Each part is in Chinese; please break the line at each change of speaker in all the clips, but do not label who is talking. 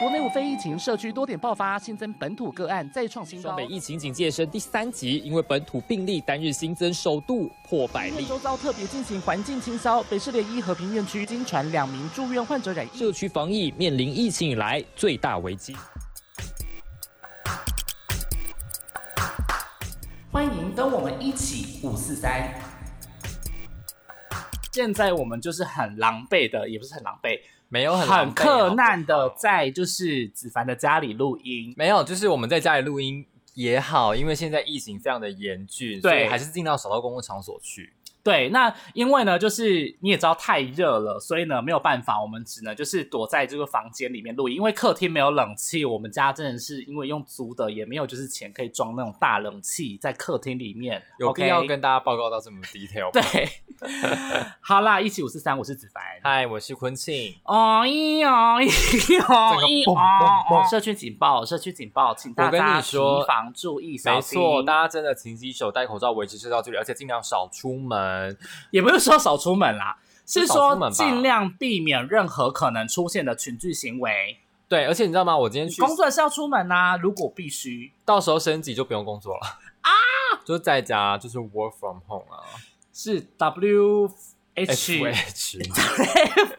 国内五非疫情社区多点爆发，新增本土个案再创新高
双。北疫情警戒升第三级，因为本土病例单日新增首度破百例。
周遭特别进行环境清消，北市联一和平院区经传两名住院患者染疫。
社区防疫面临疫情以来最大危机。
欢迎跟我们一起五四三。现在我们就是很狼狈的，也不是很狼狈，哦
没有很
很
狼狈哦
克
好不好
难的，在就是子凡的家里录音。
没有，就是我们在家里录音也好，因为现在疫情非常的严峻，所以
对
还是尽量少到公共场所去。
对，那因为呢，就是你也知道太热了，所以呢没有办法，我们只能就是躲在这个房间里面录音，因为客厅没有冷气，我们家真的是因为用租的，也没有就是钱可以装那种大冷气在客厅里面。
有必要
OK？
跟大家报告到这么 detail 吗？
对， 好啦，一起五四三，我是子凡。
嗨，我是坤庆，
哦一哦一哦一
这个蹦蹦
哦！社区警报，社区警报，请大
我跟
家
你说
提防注意，小
没
心。
错，大家真的勤洗手、戴口罩、维持社交距离，而且尽量少出门。
也不是说少出门啦，是
是少
说
出门吧
尽量避免任何可能出现的群聚行为。
对，而且你知道吗？我今天去，
工作是要出门呐、如果必须。
到时候升级就不用工作了啊，就在家，就是 work from home 啊。
是 W
H
H
H，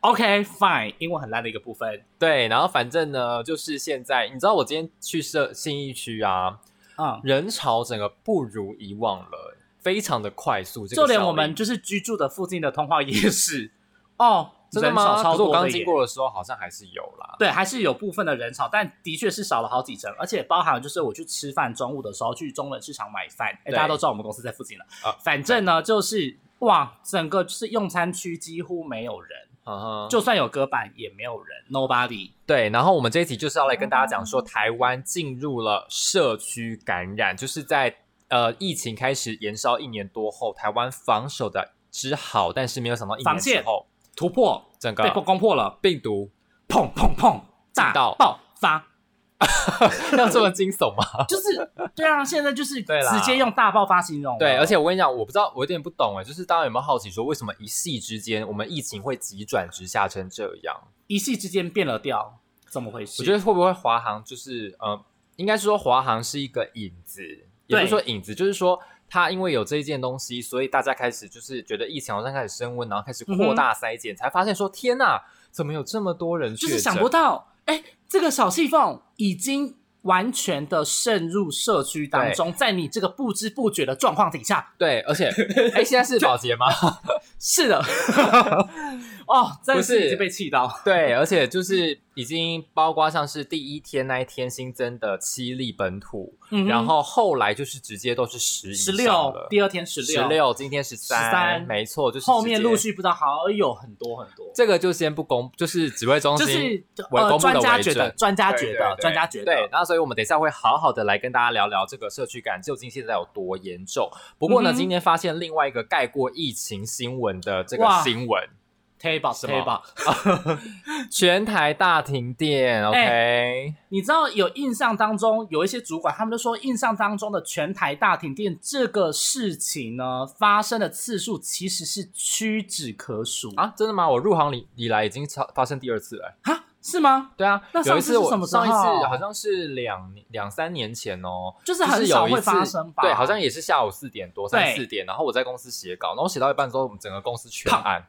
OK fine，英文很烂的一个部分。
对，然后反正呢，就是现在，你知道我今天去社信义区啊，
嗯，
人潮整个不如以往了，非常的快速。这个
就连
效
我们
应
就是居住的附近的通化夜市，哦，
真的
人
吗？
少超
可是我
多
刚
的
经
耶。
过的时候，好像还是有啦。
对，还是有部分的人潮，但的确是少了好几成，而且包含就是我去吃饭，中午的时候去中人市场买饭，哎，
对
大家都知道我们公司在附近了。
啊
反正呢，就是哇，整个就是用餐区几乎没有人，
嗯哼，
就算有隔板也没有人，nobody。
对。然后我们这一集就是要来跟大家讲说，台湾进入了社区感染，就是在呃疫情开始延烧一年多后，台湾防守的之好，但是没有想到一
防
年之
线
后，
突破
整
被
个
攻破了，
病毒
砰砰砰，大
到
爆发，
要这么惊悚吗？
就是对啊，现在就是
对啦
直接用大爆发形容了。
对，而且我跟你讲，我不知道，我有点不懂哎，就是大家有没有好奇说，为什么一夕之间我们疫情会急转直下成这样？
一夕之间变了调，怎么回事？
我觉得会不会华航就是呃，应该是说华航是一个影子，也不
对
是说影子，就是说它因为有这一件东西，所以大家开始就是觉得疫情好像开始升温，然后开
嗯
始扩大筛检，才发现说天呐，怎么有这么多人确
就
诊？
是想不到，哎，这个小细缝已经完全的渗入社区当中，在你这个不知不觉的状况底下，
对，而且 哎，现在是保洁吗？
是 的，哦，真的
不
是
是
已经被气到，
对，而且就是已经包括像是第一天那一天新增的七例本土，
嗯哼
然后后来就是直接都是十
十六，第
二
二天十
十
六，
六，今天十
13
没错，就是
后面
直接
陆续不知道好有很多很多，
这个就先不公，就是指挥中
就
心
是
为
呃，
公布
专
的
家
为
觉得，
证。
专家
对
觉
对
得，
对
专家觉
对
得，，
那所以我们等一下会好好的来跟大家聊聊这个社区感究竟现在有多严重。不过
嗯
呢，
哼
今天发现另外一个盖过疫情新闻的这个
哇
新闻，
table
什么
table，
全台大停
哎
电。OK，、
你知道有印象当中有一些主管，他们就说印象当中的全台大停电这个事情呢，发生的次数其实是屈指可数
啊，真的吗？我入行以以来已经超发生第二次了欸。
啊，是吗？
对啊，
那
有
上
一
次
次
是
我
什么时
上一
候
次好像是两两三年前哦，
就是
就
很
是
少
有一
会
次
发生吧？
对，好像也是下午四点多三
对
四点，然后我在公司写稿，然后写到一半之后，我们整个公司全
砰
暗。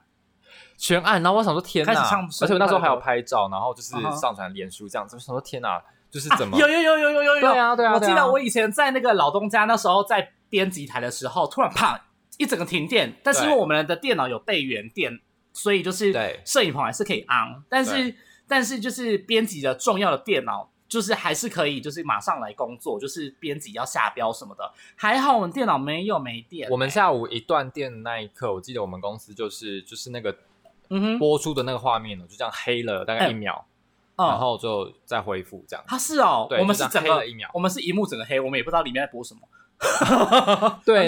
全暗，然后我想说天哪
开始唱，
而且我那时
生日快乐
候还有拍照，然后就是
嗯哼
上传脸书这样子，我想说天哪，就是
啊
怎么
有有有有有有有，
对啊对啊
我记
对啊
得我以前在那个老东家那时候在编辑台的时候，突然啪一整个停电，但是因为我们的电脑有备源电，所以就是
对
摄影棚还是可以 on，但是但是就是编辑的重要的电脑。就是还是可以，就是马上来工作，就是编辑要下标什么的。还好我们电脑没有没电、
我们下午一断电的那一刻，我记得我们公司就是就是那个
嗯哼，
播出的那个画面哦呢，就这样黑了大概一秒，然
嗯，
后就再恢复这样。
它是哦，
对
我们
就是这
整
样黑
个
了一秒
我们是一幕整个黑，我们也不知道里面在播什么。
对，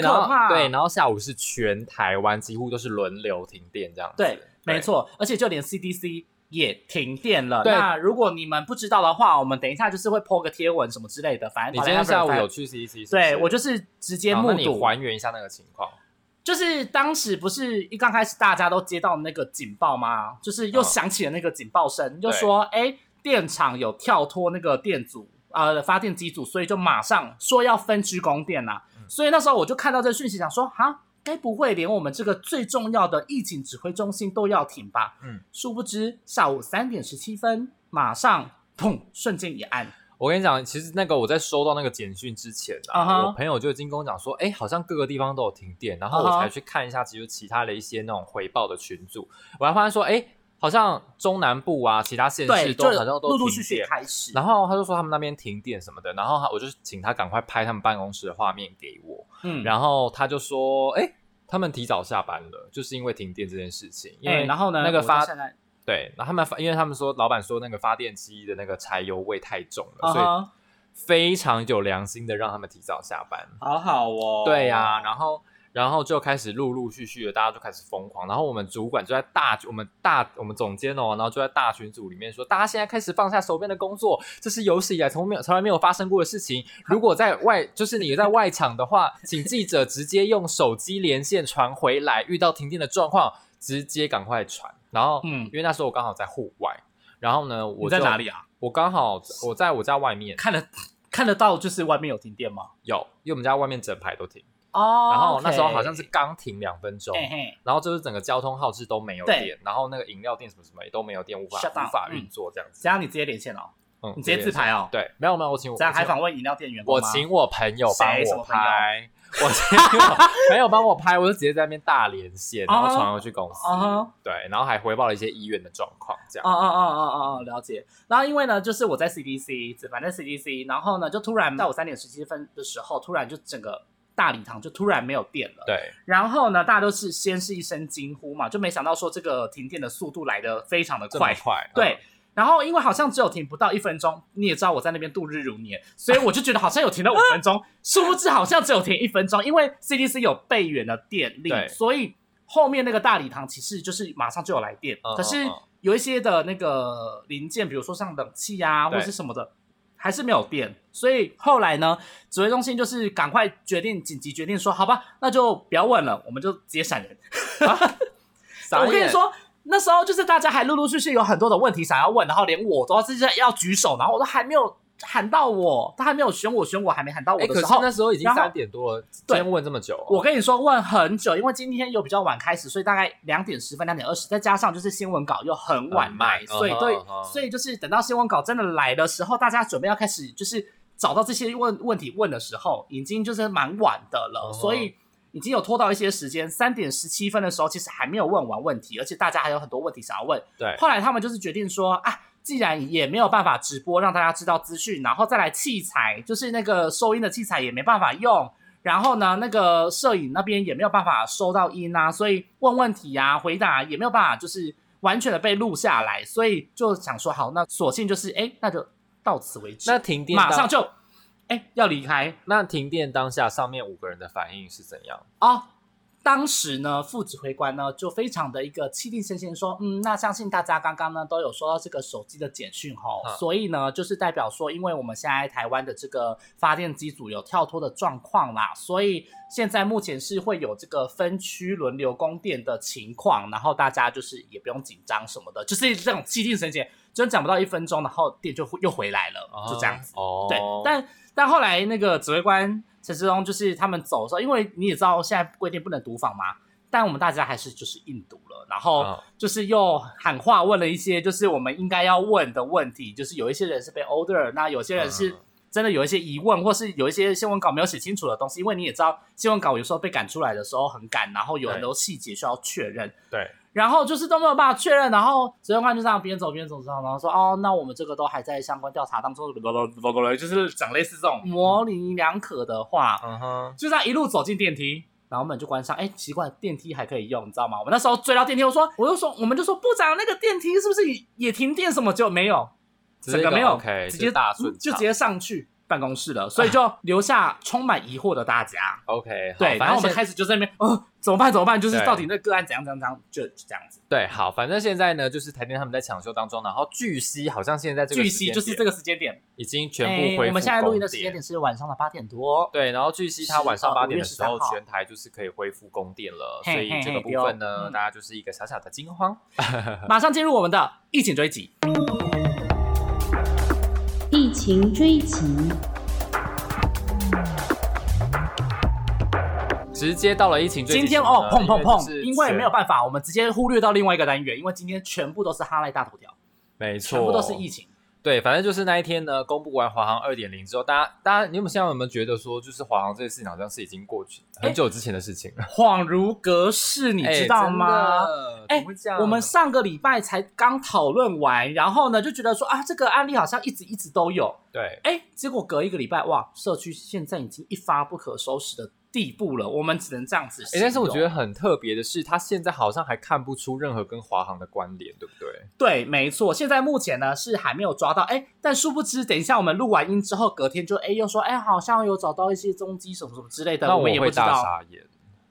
很可
然后
怕
对，然后下午是全台湾几乎都是轮流停电这样子。
对，没。错，而且就连 CDC 也停电了。
对
那如果你们不知道的话，我们等一下就是会 po 个贴文什么之类的。反正
你今天下午有去 CC？
对我就是直接
好
目
那你
睹，
还原一下那个情况。
就是当时不是一刚开始大家都接到那个警报吗？就是又
嗯
响起了那个警报声，就说哎、诶电厂有跳脱那个电阻呃发电机组，所以就马上说要分区供电啦、
嗯
所以那时候我就看到这讯息，想说哈，该不会连我们这个最重要的疫情指挥中心都要停吧？
嗯，
殊不知下午三点十七分，马上砰，瞬间一按，
我跟你讲，其实那个我在收到那个简讯之前
啊
啊
哈
我朋友就已经跟我讲说，哎，好像各个地方都有停电，然后
啊
我
哈
才去看一下，其实其他的一些那种回报的群组，我还发现说，哎，好像中南部啊，其他县
对，
市
就
都好像都
陆陆
停
续续
电
开始，
然后他就说他们那边停电什么的，然后他我就请他赶快拍他们办公室的画面给我，
嗯，
然后他就说，哎、他们提早下班了，就是因为停电这件事情，因为、
哎然后呢，
那个
我就
发
现在
对，然后他们发，因为他们说老板说那个发电机的那个柴油味太重了，
啊
所以
哈，
非常有良心的让他们提早下班。
好好哦
对呀、然后然后就开始陆陆续续的，大家就开始疯狂。然后我们主管就在大我们大我们总监哦，然后就在大群组里面说，大家现在开始放下手边的工作，这是有史以来从没有从来没有发生过的事情。如果在外就是你在外场的话，请记者直接用手机连线传回来，遇到停电的状况直接赶快传。然后，
嗯
因为那时候我刚好在户外，然后呢，我
你在
就
哪里？啊？
我刚好我在我家外面
看得 看得到，就是外面有停电吗？
有，因为我们家外面整排都停。
哦哎
然后那时候好像是，刚停两分钟，
嘿嘿，
然后就是整个交通号志都没有
对
电，然后那个饮料店什么什么也都没有电，无法
Shut down，
无法
嗯
运作这样子。
这样你直接连线哦，
嗯，
你直接自拍哦，，
对，没有没有，我请我
这样还
我请
访问饮料店员工
我
吗
请我朋友帮
谁什么
我
朋友
拍，我请我朋友帮我拍，我就直接在那边大连线，然
啊
后
哈
传回去公司
啊哈，
对，然后还回报了一些医院的状况这
哦
样。
哦哦哦哦哦，了解。然后因为呢，就是我在 CDC，反正 CDC，然后呢，就突然在我三点十七分的时候，突然就整个大礼堂就突然没有电了。
对，
然后呢，大家都是先是一声惊呼嘛，就没想到说这个停电的速度来得非常的
这么
快。
快，
对，然后因为好像只有停不到一分钟，你也知道我在那边度日如 年，所以我就觉得好像有停到五分钟，殊不知好像只有停一分钟，因为 CDC 有备援的电力，
对
所以后面那个大礼堂其实就是马上就有来电，
嗯
可是
嗯嗯
有一些的那个零件，比如说像冷气啊
对
或是什么的。还是没有电，所以后来呢，指挥中心就是赶快决定紧急决定说，好吧，那就不要问了，我们就直接闪人。我跟你
嗯，傻眼，
说，那时候就是大家还陆陆续续有很多的问题想要问，然后连我都是要举手，然后我都还没有喊到我，他还没有选我，选我还没喊到我
哎，
的
可
时
是
候，
那时候已经
然后
三点多了，
对
先问这么久哦，
我跟你说问很久，因为今天有比较晚开始，所以大概两点十分、两点二十，再加上就是新闻稿又很晚来，
很慢
所以
嗯哼
对
嗯，哼
所以就是等到新闻稿真的来的时候，大家准备要开始就是找到这些问问题问的时候，已经就是蛮晚的了，
嗯哼
所以。已经有拖到一些时间，三点十七分的时候，其实还没有问完问题，而且大家还有很多问题想要问，
对，
后来他们就是决定说啊，既然也没有办法直播让大家知道资讯，然后再来器材，就是那个收音的器材也没办法用，然后呢，那个摄影那边也没有办法收到音啊，所以问问题啊、回答也没有办法，就是完全的被录下来，所以就想说好，那索性就是哎，那就到此为止，
那停电
马
当
上就哎要离开
那停电当下，上面五个人的反应是怎样？
哦。当时呢，副指挥官呢就非常的一个气定神闲地说，嗯，那相信大家刚刚呢都有收到这个手机的简讯吼，
嗯
所以呢就是代表说，因为我们现在台湾的这个发电机组有跳脱的状况啦，所以现在目前是会有这个分区轮流供电的情况，然后大家就是也不用紧张什么的，就是这种气定神闲，真讲不到一分钟，然后电就又回来了，就这样子。
哦，
对，但但后来那个指挥官陈世忠就是他们走的时候，因为你也知道现在规定不能读访嘛，但我们大家还是就是硬读了，然后
嗯
就是又喊话问了一些就是我们应该要问的问题，就是有一些人是被 order，那有些人是
嗯
真的有一些疑问，或是有一些新闻稿没有写清楚的东西，因为你也知道新闻稿有时候被赶出来的时候很赶，然后有很多细节需要确认，
对，
然后就是都没有办法确认，然后指挥官就这样边走边走，然后说哦，那我们这个都还在相关调查当中，就是讲类似这种模棱两可的话，
嗯哼，
就这样一路走进电梯，然后门就关上，哎，奇怪，电梯还可以用，你知道吗？我们那时候追到电梯，我说我就说我们就说部长那个电梯是不是也也停电什么就没有，
只
整
是一个
没有
OK，
直
就
接
是大顺
嗯就
畅
直接上去，办公室了，所以就留下充满疑惑的大家。
OK，好
对，然
反
后
正
我们
现
开始就在那边，哦，怎么办？怎么办？就是
对
到底那个个案怎样怎样怎样，就就这样子。
对，好，反正现在呢，就是台电他们在抢修当中，然后据悉好像现在这个
据
时
悉
间
就是
点
这个时间点，
已经全部
哎
恢复、
我们现在录音的时间点。是晚上的八点多。
对，然后据悉他晚上
是
八点的时候
5月13，号
全台就是可以恢复供电了，
嘿
所以
嘿
这个
嘿
部
对哦
分呢，
嗯
大家就是一个小小的惊慌。嗯
马上进入我们的疫情追击。
疫情追击。
直接到了疫情最
今
紧急
天
呢
哦，碰碰碰
啊就是，
因为
全
没有办法，我们直接忽略到另外一个单元，因为今天全部都是哈赖大头条，
没错，
全部都是疫情。
对，反正就是那一天呢，公布完华航二点零之后，大家大家你们现在有没有觉得说，就是华航这个事情好像是已经过去很久之前的事情了，
恍如隔世，哎你知道吗？？哎
哎真的，怎么会这样
我们上个礼拜才刚讨论完，然后呢就觉得说啊，这个案例好像一直一直都有，
对
哎，结果隔一个礼拜，哇，社区现在已经一发不可收拾的地步了，我们只能这样子
哎、
形容。
但是我觉
哦
得很特别的是，他现在好像还看不出任何跟华航的关联，对不对？
对，没错，现在目前呢是还没有抓到，哎，但殊不知，等一下我们录完音之后，隔天就哎又说，哎，好像有找到一些踪迹什么什么之类的，
那
们也不
会
知
大
道。
傻眼。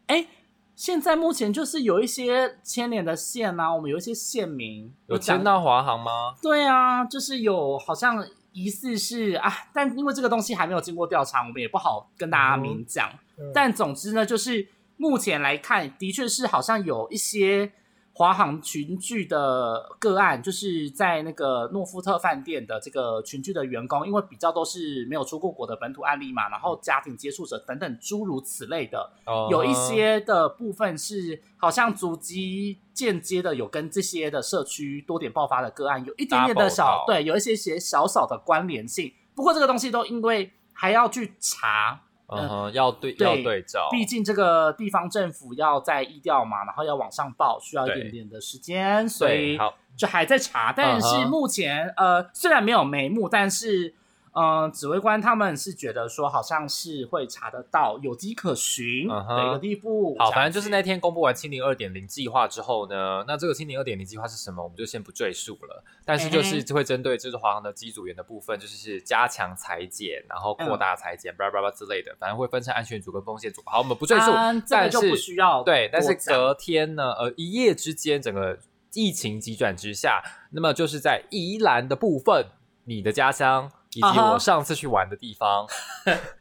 哎，现在目前就是有一些牵连的线啊呐、我们有一些县民
有
讲
签到华航吗？嗯
对啊，就是有好像疑似是啊，但因为这个东西还没有经过调查，我们也不好跟大家明讲。但总之呢，就是目前来看，的确是好像有一些华航群聚的个案，就是在那个诺富特饭店的这个群聚的员工，因为比较都是没有出过国的本土案例嘛，然后家庭接触者等等诸如此类的，
哦
有一些的部分是好像足迹间接的有跟这些的社区多点爆发的个案有一点点的
Double 到
小对，有一些些小小的关联性。不过这个东西都因为还要去查，
嗯哼，要对
对
要对照，
毕竟这个地方政府要在意调嘛，然后要往上报，需要一
对
点点的时间，所
对
以
好
就还在查。但是目前、呃，虽然没有眉目，但是嗯、呃，指挥官他们是觉得说好像是会查得到，有迹可循
嗯哼
的一个地步。这
好，
样
反正就是
子
那天公布完清零二点零计划之后呢，那这个清零二点零计划是什么，我们就先不赘述了。但是就是
嗯
会针对就是华航的机组员的部分，就是加强裁减，然后
嗯
扩大裁减，巴拉巴拉之类的，反正会分成安全组跟风险组。好，我们不赘述，
啊这
但
个
是
就不需要
对，但是
多讲
隔天呢，呃，一夜之间整个疫情急转直下，那么就是在宜兰的部分，你的家乡。以
啊
及
哈
我上次去玩的地方，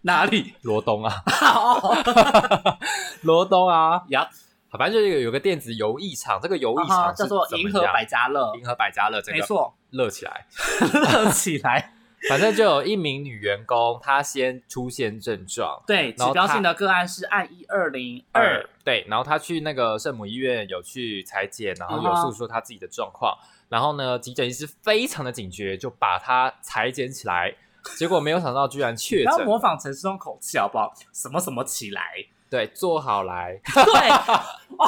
哪里？
罗东啊，
好，
罗东啊，
呀，
好反正就是有有个电子游艺场，这个游艺
啊哈
场
叫做
是怎么
银河
样
百家乐，
银河百家乐，这个
没错，
乐起来。
乐起来。
反正就有一名女员工，她先出现症状，
对，
然后
指标性的个案是按一二零二，
对，然后她去那个圣母医院有去裁剪，然后
嗯
有
哼
诉说她自己的状况，然后呢，急诊医师非常的警觉，就把她裁剪起来，结果没有想到居然确
不要
诊，
模仿陈世忠口气好不好？什么什么起 来？
对，坐好来，
对，哦，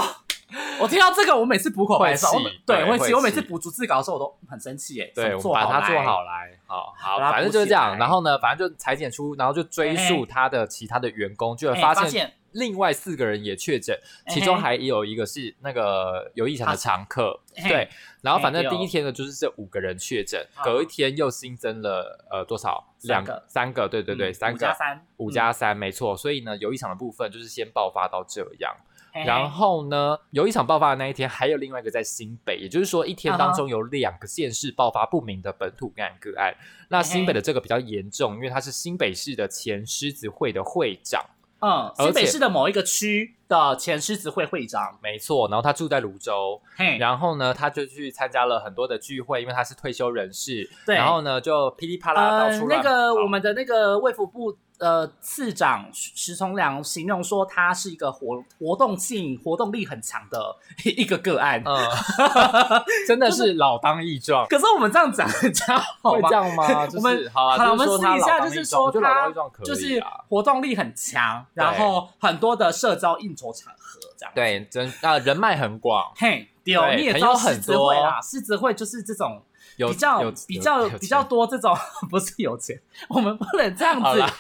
我听到这个，我每次补口白的时候，
会
我
气
对，
对
会
会
气。我每
气
次补逐字稿的时候，我都很生气耶。
对，
什么
我 们
做
把
好
它做
来
好来，好好，
把它
反正
补
就是
起
这样。
来
然后呢，反正就裁剪出，然后就追
嘿
溯
嘿
他的其他的员工，居然
嘿
发
哎发
现
现
另外四个人也确诊，其
嘿
中
嘿
还有一个是那个有异常的
嗯啊
常客。
嘿
对，然后
嘿
反正
对
第一
哦
天呢，就是这五个人确诊，
啊
隔一天又新增了呃多少？
三
两
个
三个，对对对，
嗯
三
五加
个。
三，嗯
五加三，没错。所以呢，有异常的部分就是先爆发到这样，
嘿嘿
然后呢，有一场爆发的那一天，还有另外一个在新北，也就是说一
嗯
天当中有两个县市爆发不明的本土感染个案。那新北的这个比较严重，因为他是新北市的前狮子会的会长，
嗯，
而
新北
且
市的某一个区的前狮子会会长，
没错。然后他住在泸州，
嘿，
然后呢，他就去参加了很多的聚会，因为他是退休人士。
对
然后呢，就噼里啪啦到
呃，
处乱
那个
跑
我们的那个卫福部呃次长石石崇良形容说，他是一个活活动性、活动力很强的一个个案。
嗯， 真的是老当益壮。
可是我们这样讲，这样好
会
吗
这？样 吗？就
我们
是好啊，
好了，我
就
们
是说
私
他
底
老
下
当
就
益
是
壮，我
说
觉得老当
他
益壮可以
就是
啊
活动力很强，然
对
后很多的社交应酬场合这样。，
对，真啊、人脉很广，
嘿，对哦，
对
你也
朋
知
友
道
很
狮子会
多
啦，狮子会就是这种
有
比较
有
比较比较。多这种， 不是有钱，我们不能这样
好
子
啦，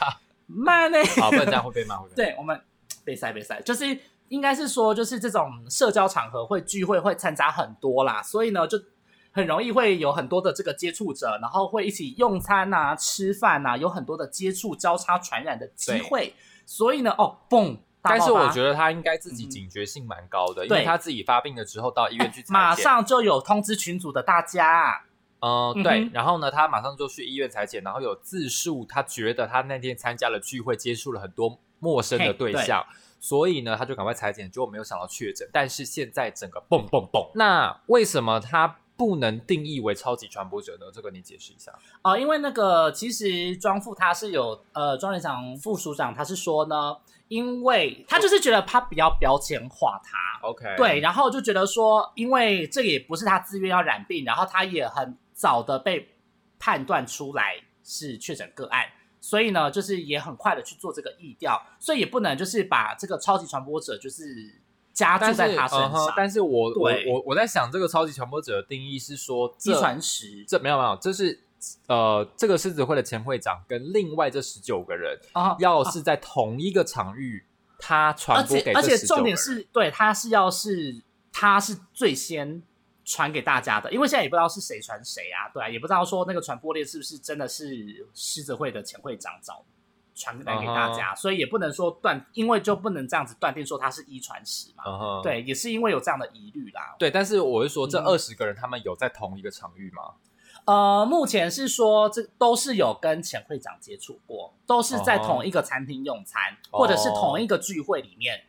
慢呢。
好，不然这样会被骂，会 被骂。
对我们被塞被塞，就是应该是说，就是这种社交场合会聚会会参加很多啦，所以呢，就很容易会有很多的这个接触者，然后会一起用餐啊、吃饭啊，有很多的接触交叉传染的机会。所以呢，哦，嘣，大
但是
爆发
我觉得他应该自己
嗯
警觉性蛮高的，因
对
为他自己发病了之后到医院去、
马，上就有通知群组的大家，
嗯、
嗯
对
哼，
然后呢，他马上就去医院裁剪，然后有自述，他觉得他那天参加了聚会，接触了很多陌生的
嘿
对
对
象，所以呢，他就赶快裁剪，结果没有想到确诊，但是现在整个蹦蹦蹦，那为什么他不能定义为超级传播者呢？这个你解释一下。
呃，因为那个其实庄副他是有呃，庄院长副署长他是说呢，因为他就是觉得他比较标签化他，
OK，
对，，然后就觉得说，因为这也不是他自愿要染病，然后他也很早的被判断出来是确诊个案，所以呢，就是也很快的去做这个疫调，所以也不能就是把这个超级传播者就是加注
但是
在他身
嗯哼
上，
但是我我
对
我我在想，这个超级传播者的定义是说这
一传十
这没有没有，这是呃，这个狮子会的前会长跟另外这十九个人，
啊
要是在同一个场域，他
而
传播
且
给这
而且
19
重点
个人
是对他是要是他是最先传给大家的，因为现在也不知道是谁传谁啊，对啊，也不知道说那个传播链是不是真的是狮子会的前会长找传来给大
啊
家，所以也不能说断，因为就不能这样子断定说他是一传十嘛。
嗯哼，
对，也是因为有这样的疑虑啦。
对，但是我是说，这
嗯
二十个人他们有在同一个场域吗？
呃，目前是说这都是有跟前会长接触过，都是在
哦
同一个餐厅用餐，
哦
或者是同一个聚会里面，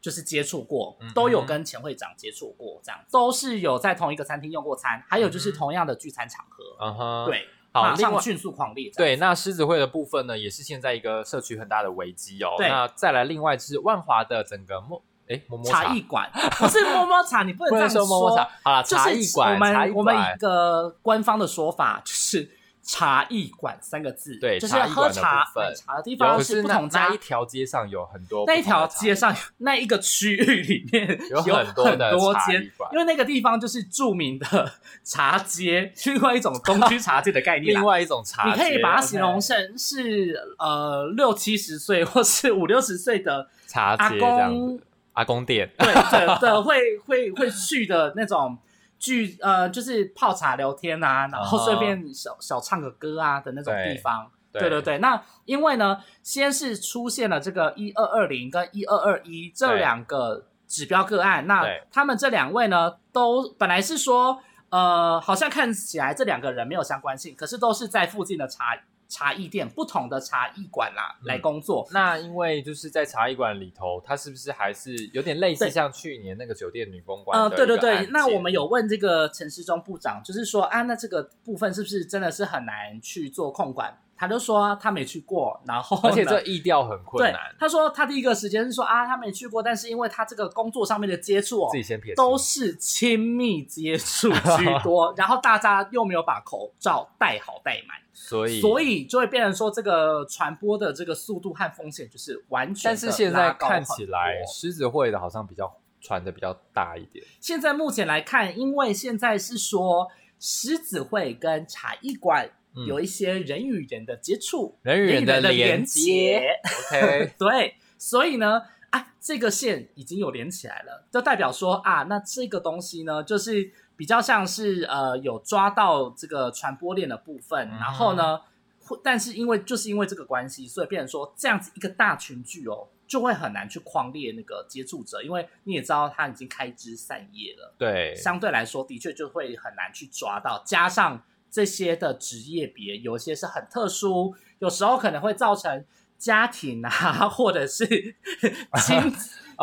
就是接触过
嗯，
都有跟前会长接触过，这样都是有在同一个餐厅用过餐，还有就是
嗯哼
同样的聚餐场合，
嗯哼，，
对，
好，
马
另
上
外。
迅速狂烈，
对，，那狮子会的部分呢，也是现在一个社区很大的危机哦。
对
那再来，另外是万华的整个摸，哎，摸摸
茶艺馆不是摸摸茶，你不能
不
这
能
样
说摸摸茶，好啦，
就
茶艺
是我
馆，茶艺
们我们一
馆，
个官方的说法就是。茶艺馆三个字，
对
就是
茶艺
喝
馆的
茶
部分
买茶的地
有
方
可
是
是
不
那
同家
那一条街上有很多
那一
不同的
条
茶
街上 那一个区域里面
有
有
很多的
多
茶
间
艺馆，
因为那个地方就是著名的 茶街，另外一种东区茶街的概念
另
啦。
外一种茶
你
街，
可以把它
OK
形容成是呃六七十岁或是 五六十岁的
茶
阿
街这样
公
子，阿公店。
对的的会会会去的那种聚呃，就是泡茶聊天啊，然后顺便小小唱个歌啊的那种地方。
哦对
对对对，那因为呢，先是出现了这个一二二零跟一二二一这
对
两个指标个案，那
对
他们这两位呢，都本来是说，呃，好像看起来这两个人没有相关性，可是都是在附近的茶茶艺店、不同的茶艺馆啦、
嗯
来工作。
那因为就是在茶艺馆里头，它是不是还是有点类似
对
像去年那个酒店女公关？
呃，对对对，那我们有问这个陈世忠部长，就是说啊，那这个部分是不是真的是很难去做控管？他就说啊他没去过，然后
而且
呢
这意调很困
对
难，
他说他第一个时间是说啊，他没去过，但是因为他这个工作上面的接触哦
自，己先撇清
都是亲密接触居 多，然后大家又没有把口罩戴好戴满，
所以
所以就会变成说这个传播的这个速度和风险就是完全
但
地
是现
拉
在
高
看
很
起来
多
狮子会的好像比较传的比较大一点，
现在目前来看，因为现在是说狮子会跟茶艺馆
嗯
有一些人与人的接触，
人与人的
的
连接。
接
OK，
对，所以呢，啊，这个线已经有连起来了，就代表说啊，那这个东西呢，就是比较像是呃有抓到这个传播链的部分，
嗯哼
然后呢，会但是因为就是因为这个关系，所以变成说这样子一个大群聚哦。就会很难去框列那个接触者，因为你也知道他已经开枝散叶了。
对，
相对来说，的确就会很难去抓到。加上这些的职业别，有一些是很特殊，有时候可能会造成家庭啊，或者 是亲，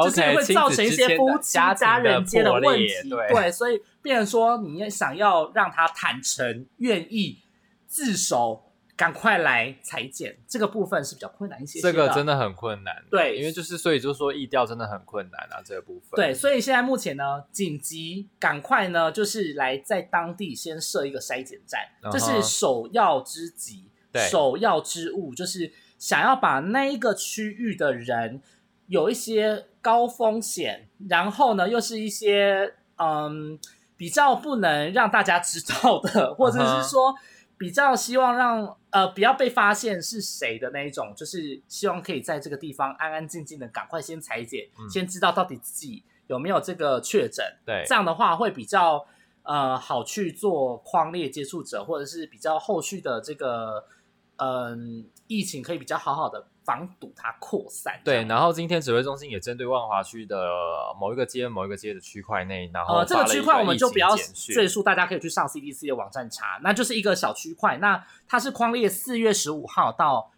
就是会
OK，
造成一些夫
亲子之
妻、
间的
家人间
的破
问
裂
题。
对
所以变成说，你也想要让他坦诚、愿意自首，赶快来裁剪，这个部分是比较困难一些些
这个真
的。
的很困难，
对
因为就是所以就说意调真的很困难啊，这个部分。
对，所以现在目前呢，紧急赶快呢，就是来在当地先设一个筛检站
嗯哼
这是首要之急，
对
首要之务，就是想要把那一个区域的人有一些高风险，然后呢又是一些嗯比较不能让大家知道的， 或者是说。比较希望让呃不要被发现是谁的那一种，就是希望可以在这个地方安安静静的赶快先裁剪，
嗯
先知道到底自己有没有这个确诊。
对
这样的话会比较呃好去做框列接触者，或者是比较后续的这个嗯、疫情可以比较好好的防堵它扩散。这
对，
样
然后今天指挥中心也针对万华区的某一个街、某一个街的区块内，然后
呃，这个
发了
区
一
块我们
疫
就
情
不要
简讯
赘述，大家可以去上 CDC 的网站查。那就是一个小区块，那它是框列四月十五号到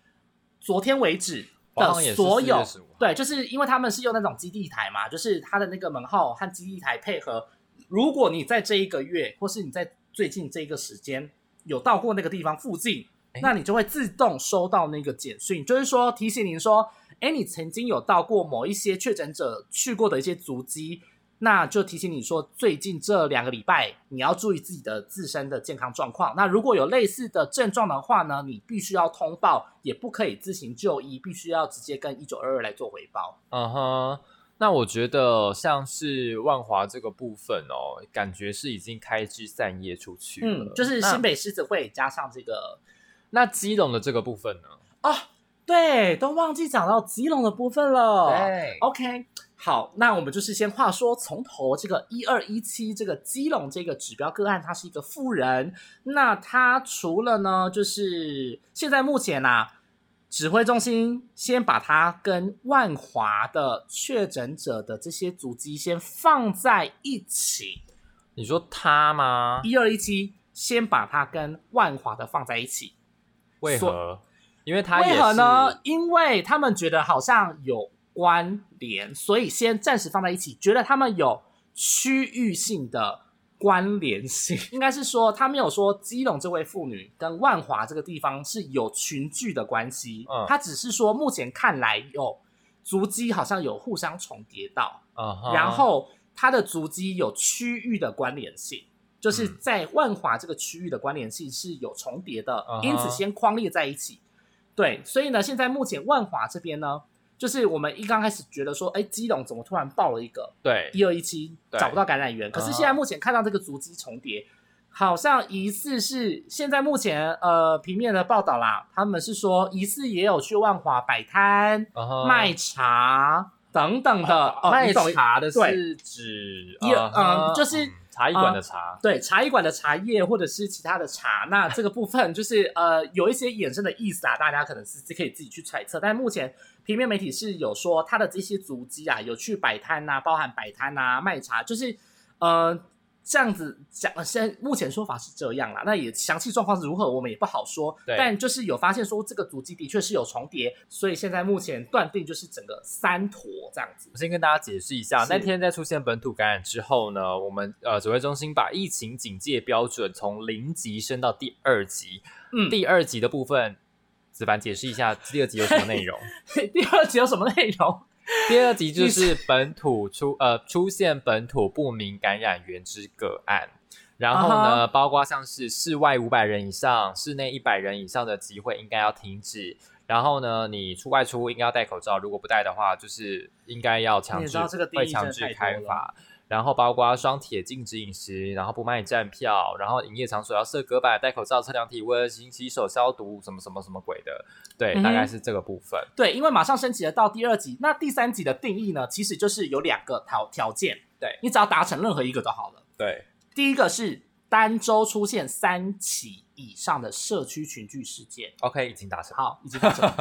昨天为止
好
的
像也是
所有
4月15号
对，就是因为他们是用那种基地台嘛，就是它的那个门号和基地台配合。如果你在这一个月，或是你在最近这一个时间有到过那个地方附近，
诶
那你就会自动收到那个简讯，就是说提醒您说，哎，你曾经有到过某一些确诊者去过的一些足迹，那就提醒你说，最近这两个礼拜你要注意自己的自身的健康状况。那如果有类似的症状的话呢，你必须要通报，也不可以自行就医，必须要直接跟一九二二来做回报。
嗯哼，那我觉得像是万华这个部分哦，感觉是已经开枝散叶出去了。
嗯，就是
那
新北狮子会加上这个
那基隆的这个部分呢？
哦，对，都忘记讲到基隆的部分了。
对
OK，好，那我们就是先话说从头，这个一二一七这个基隆这个指标个案，他是一个富人，那他除了呢，就是现在目前啊。指挥中心先把他跟万华的确诊者的这些足迹先放在一起，
你说他吗？
一二一七先把他跟万华的放在一起，
为何？因为他也
为
是
何呢？？因为他们觉得好像有关联，所以先暂时放在一起，觉得他们有区域性的关联 性。应该是说，他没有说基隆这位妇女跟万华这个地方是有群聚的关系，
嗯
他只是说目前看来有足迹，好像有互相重叠到。
嗯哼
然后它的足迹有区域的关联性，就是
嗯
在万华这个区域的关联性是有重叠的，
嗯哼
因此先框列在一起。对，所以呢，现在目前万华这边呢，就是我们一刚开始觉得说，哎，基隆怎么突然爆了一个
对，
一二一七
对
找不到感染源，可是
嗯哼
现在目前看到这个足迹重叠。好像疑似是现在目前呃平面的报道啦，他们是说疑似也有去万华摆摊、
嗯哼
卖茶等等的，哦
卖
你懂
茶的是
对
指
一
嗯哼
嗯就是
嗯茶艺馆的茶。
对茶艺馆的茶叶或者是其他的茶，那这个部分就是呃有一些衍生的意思啊，大家可能是可以自己去揣测。但目前平面媒体是有说他的这些足迹啊，有去摆摊呐、包含摆摊呐、卖茶，就是呃这样子讲。呃现在目前说法是这样啦，那也详细状况是如何，我们也不好说
对。
但就是有发现说这个足迹的确是有重叠，所以现在目前断定就是整个三坨这样子
我。先跟大家解释一下，
是
那天在出现本土感染之后呢，我们呃指挥中心把疫情警戒标准从零级升到第二级。
嗯，
第二集的部分，子凡解释一下第二集有什么内容。
第二集有什么内容？
第二集就是本土出呃出现本土不明感染源之个案，然后呢
啊
包括像是室外五百人以上、室内一百人以上的集会应该要停止。然后呢，你出外出应该要戴口罩，如果不戴的话，就是应该要强
你也
制
知道这个定义
会强制
真的太
开
多了
罚。然后包括双铁禁止饮食，然后不卖站票，然后营业场所要设隔板、戴口罩、测量体温、勤洗手、消毒，什么什么什么鬼的，对，
嗯哼
大概是这个部分。
对，因为马上升级了到第二级，那第三级的定义呢，其实就是有两个条条件，
对
你只要达成任何一个就好了。
对，
第一个是单周出现三起以上的社区群聚事件，
OK，已经达成。
好，已经达成 了。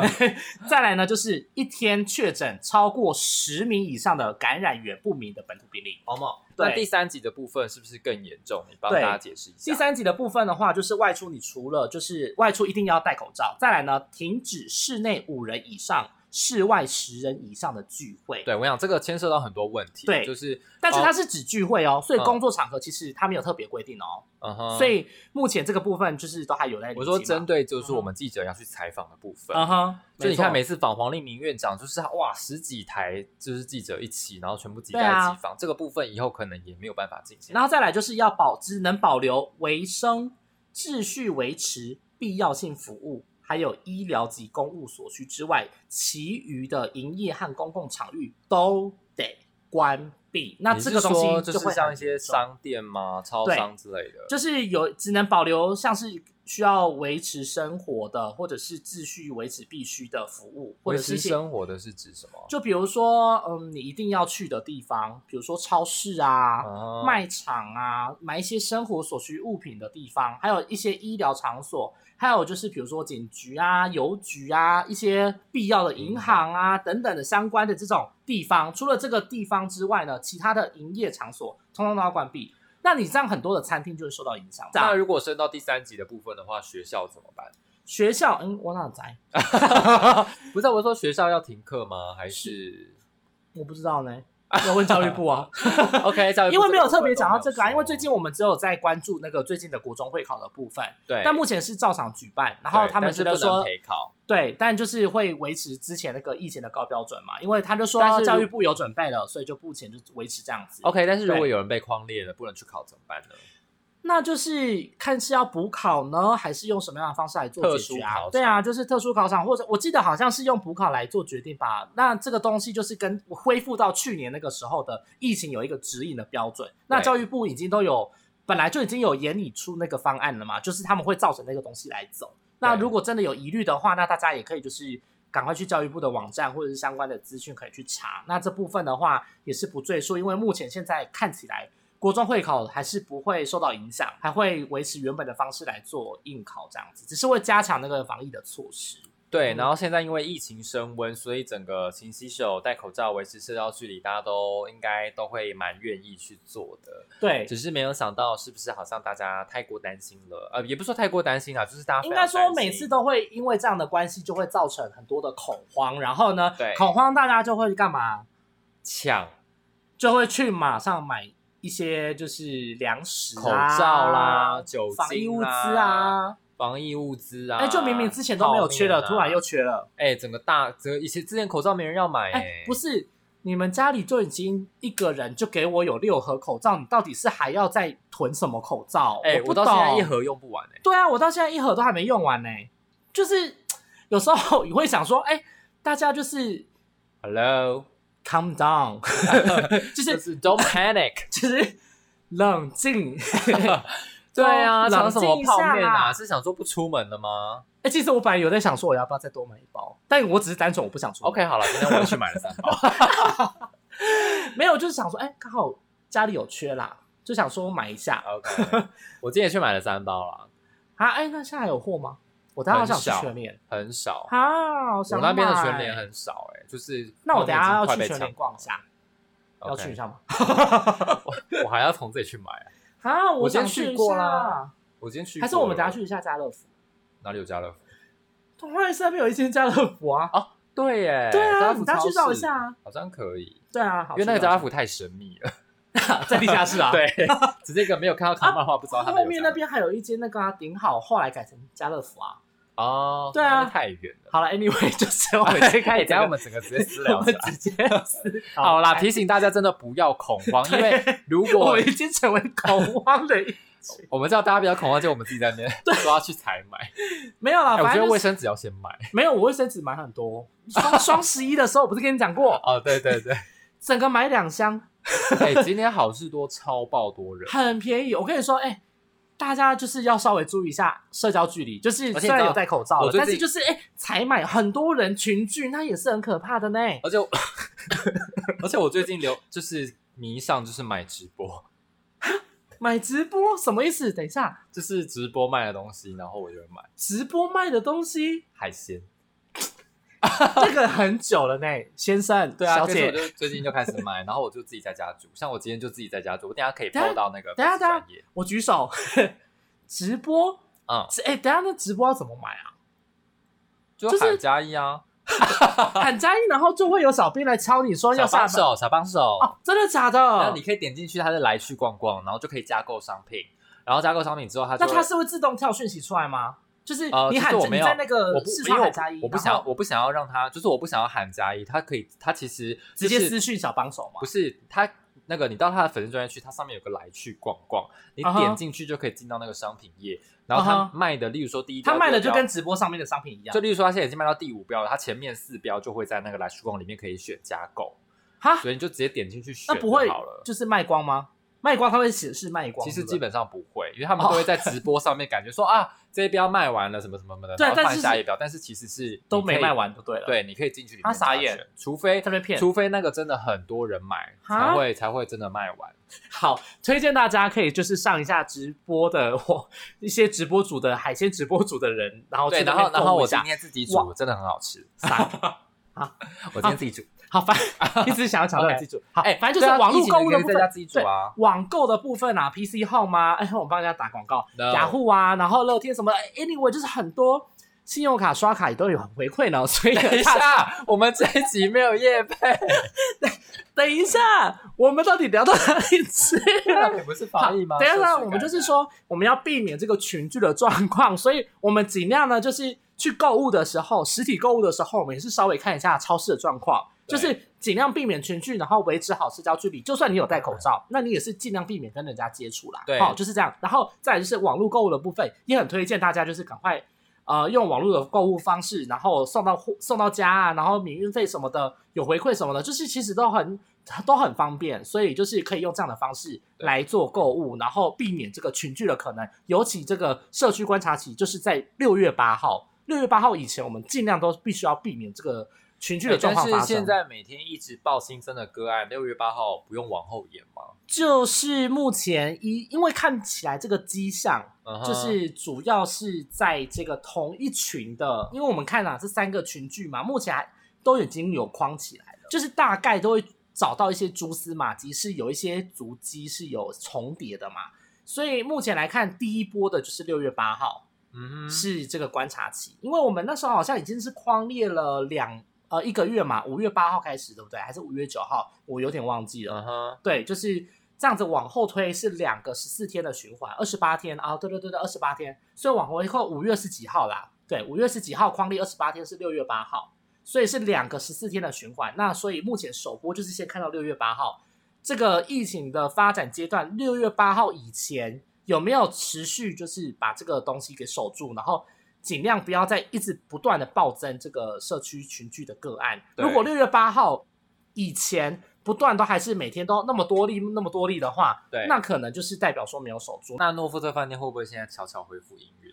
再来呢，就是一天确诊超过十名以上的感染源不明的本土病例。
好嘛，
对
那第三集的部分是不是更严重？你帮大
对
家解释一下。
第，三级的部分的话，就是外出，你除了就是外出一定要戴口罩，再来呢，停止室内五人以上、室外十人以上的聚会。
对我想这个牵涉到很多问题，
对
就是，
但是它
包，
是指聚会哦，所以
嗯
工作场合其实它没有特别规定哦，
嗯哼，
所以目前这个部分就是都还有在理解嘛。
我说针对就是
嗯哼
我们记者要去采访的部分。
嗯哼，
就你
错
看，每次访黄立明院长，就是哇，十几台就是记者一起，然后全部挤在
对
一
啊
起访，这个部分以后可能也没有办法进行。
然后再来就是要保持能保留维生秩序维持必要性服务，还有医疗及公务所需之外，其余的营业和公共场域都得关闭。那
你
这
是
个东西
说
就
就
会
是
很
像一些
严重
商店吗、超
对
商之类的，
就是有只能保留像是需要维持生活的，或者是秩序维持必须的服务，或
维
者是
持
一些
生活的是指什么？
就比如说，嗯，你一定要去的地方，比如说超市啊、
啊
卖场啊，买一些生活所需物品的地方，还有一些医疗场所，还有就是比如说警局啊、邮局啊，一些必要
嗯
的银行啊等等的相关的这种地方。除了这个地方之外呢，其他的营业场所通通都要关闭。那你这样很多的餐厅就会受到影响。
那如果升到第三级的部分的话，学校怎么办？
学校，嗯，我哪在？
不是啊我说学校要停课吗？还是
我不知道呢，要问教育部啊。
OK？教育部
因为没有
这个
特
部分
别讲到
都
这
没有
个啊，因为最
说
近我们只有在关注那个最近的国中会考的部分，
对，
但目前是照常举办，然后
对
他们
但是
觉
不
得
能
说，
陪考，
对，但就是会维持之前那个疫情的高标准嘛，因为他就
但是
说
如
教育部有准备了，所以就目前就维持这样子。
OK，但是如
对
果有人被框列了，不能去考怎么办呢？
那就是看是要补考呢，还是用什么样的方式来做解决
特殊考
啊
场？
对啊，就是特殊考场，或者我记得好像是用补考来做决定吧。那这个东西就是跟恢复到去年那个时候的疫情有一个指引的标准。那教育部已经都有，本来就已经有研拟出那个方案了嘛，就是他们会照着那个东西来走。那如果真的有疑虑的话，那大家也可以就是赶快去教育部的网站或者是相关的资讯可以去查。那这部分的话也是不赘述，因为目前现在看起来国中会考还是不会受到影响，还会维持原本的方式来做应考这样子，只是会加强那个防疫的措施。
对，
嗯
然后现在因为疫情升温，所以整个勤洗手、戴口罩、维持社交距离，大家都应该都会蛮愿意去做的。
对，
只是没有想到，是不是好像大家太过担心了？呃，也不是说太过担心啦，就是大家非
应
常
该说
担心
每次都会因为这样的关系，就会造成很多的恐慌。然后呢
对，
恐慌大家就会干嘛？
抢
就会去马上买一些就是粮食、啊、
口罩啦、酒
防疫
精
物资
啦、
啊。
防疫物资啊。
哎、就明明之前都没有缺的，
泡面啊
突然又缺了。
哎，整个大整个以前之前口罩没人要买，欸
哎、不是，你们家里就已经一个人就给我有六盒口罩，你到底是还要再囤什么口罩？
哎，
不
我
懂。
到现在一盒用不完哎。
对啊，我到现在一盒都还没用完呢、就是有时候你会想说，哎、大家就是
Hello，
calm down，就
就是是 Don't panic。
就是冷静。
对啊，
冷
抢什
静
么
一
泡
下
面
啦
啊？是想说不出门了吗
哎、其实我本来有在想说我要不要再多买一包，但我只是单纯我不想说。
？OK，好了，今天我也去买了三包。
没有，就是想说，哎、刚好家里有缺啦，就想说买一下。
OK，我今天也去买了三包啦，
啊，哎、那现在有货吗？我等下好想吃全联，
很少。
啊，好想
我那边的
买
全联，很少哎、就是
那我等下要
泡
去
面
全
已经快被
联
抢
逛一下，要
OK
去一下吗？
我还要从这里去买啊、
啊，
我今
想
天去
去
过啦
啦，
我今天去过了，
还是我们等下去一下家乐福？
哪里有家乐福？
同花寺那边有一间家乐福啊，
对耶，
对啊
家乐
你
福
等下
超
去
市
找一下啊，
好像可以，
对啊，好
因为那个
去找
家
一下
乐福太神秘了，
在地下室啊，。
对，只是一个没有看到看漫画不知道他们
后
有
面
家
那
乐福
边还有一间那个啊，顶好，后来改成家乐福啊。
哦，
对啊
那太远了。
好了，anyway，就是 我们
哎开始，
整
等下
个
我们整个直接私
我
聊起
们
来。
直接撕
好啦，提醒大家真的不要恐慌，因为如
我
果
已经成为恐慌的一，
我们知道大家比较恐慌，就我们自己在那边说要去采买。
没有啦，
哎，我
反
觉
正
得
就
卫
是
生纸要先买。
没有，我卫生纸买很多。 双双十一的时候，我不是跟你讲过，
哦，对对对，
整个买两箱，
哎、今天好事多超爆多人，
很便宜。我跟你说，哎、大家就是要稍微注意一下社交距离，就是
而且你知
虽
道
然有戴口罩
我
了，
最
但
近
是就是哎、采买很多人群聚，那也是很可怕的呢。
而且我 而且我最近流就是迷上就是买直播，
买直播什么意思？等一下，
就是直播卖的东西，然后我就会买
直播卖的东 西，
海鲜。
这个很久了呢，先生，
对啊，
小
所以
姐。
我就最近就开始买，然后我就自己在家煮，像我今天就自己在家煮，我等一下可以
等一下
PO 到那个
等一下
专业，
我举手， 直播，
嗯，
直哎、等一下那直播要怎么买啊？
就
就是
喊加一啊，
喊加一，然后就会有小兵来敲你哦说要
小
下
帮
班
手，小帮手，
哦，真的假
那
的
你？可以点进去，它就来去逛逛，然后就可以加购商品，然后加购商品之后，它就
那
会
它是会自动跳讯息出来吗？就是
呃
你喊、
就是我没
你
有
在那
我
个
不
视
因
窗
为
喊
我不
加一，
我不
然
想
后
我不想要让他，就是我不想要喊加一，他可以，他其实、
直接
就是
私讯小帮手嘛
不。是他那个，你到他的粉丝专业去，它上面有个来去逛逛，你
啊哈
点进去就可以进到那个商品页，然后
啊
他
哈
卖的，例如说第一标，
他卖的
第
就
二标
跟直播上面的商品一样
就，例如说他现在已经卖到第五标了，他前面四标就会在那 个来去逛里面可以选加购，
哈，
所以你就直接点进去选
啊那不会
就好了。
就是卖光吗？卖光它会显示卖光，
其实
对不对
基本上不会，因为他们都会在直播上面感觉 说、啊，这一标卖完了什么什么什么的，
对
然后
但
换
是
下
是
一标，但是其实是
都
你可以
没卖，完就对了。，
对，你可以进去里面
他傻
挑选
眼，
除非
他被骗
除非那个真的很多人买，
哈
才会才会真的卖完。
好，推荐大家可以就是上一下直播的我一些直播组的海鲜直播组的人，然后
对，
去
然
那
后
边
然后
购物一
我今
下
天自己
哇
煮，真的很好 吃。
傻，
我今天自己煮，
好烦， 一直想要抢到你自己煮。好，
哎，
反正就
对
是
啊
网络购物的
疫情
部
你可以在家
分，
自己煮啊。
网购的部分啊，PC Home 啊，哎，我帮人家打广告，
No
雅虎啊，然后乐天什么哎，anyway 就是很多信用卡刷卡也都有回馈呢，所以
等一
大家
下，我们这一集没有夜配，
等一下，我们到底聊到哪里去啊了？
不是
好，
防疫吗？
等一
社区
下，
感
我们就是
染，
说，我们要避免这个群聚的状况，所以我们尽量呢，就是去购物的时候，实体购物的时候，我们也是稍微看一下超市的状况，就
对
是尽量避免群聚，然后维持好社交距离。就算你有戴口罩，那你也是尽量避免跟人家接触啦。
对
好、就是这样。然后再来就是网络购物的部分，也很推荐大家就是赶快。呃，用网络的购物方式，然后送到货送到家啊，然后免运费什么的，有回馈什么的，就是其实都很都很方便，所以就是可以用这样的方式
对
来做购物，然后避免这个群聚的可能。尤其这个社区观察期，就是在六月八号，六月八号以前，我们尽量都必须要避免这个群聚的
哎
状
但
况发
是
生。
现在每天一直报新增的个案，六月八号不用往后延吗？
就是目前一，因为看起来这个迹象，
嗯哼
就是主要是在这个同一群的，因为我们看啊，这三个群聚嘛，目前还都已经有框起来了，就是大概都会找到一些蛛丝马迹，是有一些足迹是有重叠的嘛。所以目前来看，第一波的就是六月八号、
嗯哼
是这个观察期，因为我们那时候好像已经是框列了两呃一个月嘛，五月八号开始对不对？还是五月九号？我有点忘记了。
嗯哼，
对，就是这样子往后推是两个十四天的循环，二十八天啊，对对对对，二十八天。所以往回扣五月是几号啦？对，五月是几号？匡历二十八天是六月八号，所以是两个十四天的循环。那所以目前首播就是先看到六月八号这个疫情的发展阶段，六月八号以前有没有持续就是把这个东西给守住，然后。尽量不要再一直不断的暴增这个社区群聚的个案。
对
如果六月八号以前不断都还是每天都那么多例那么多例的话，
对
那可能就是代表说没有守住。那
那诺富特饭店会不会现在悄悄恢复营运？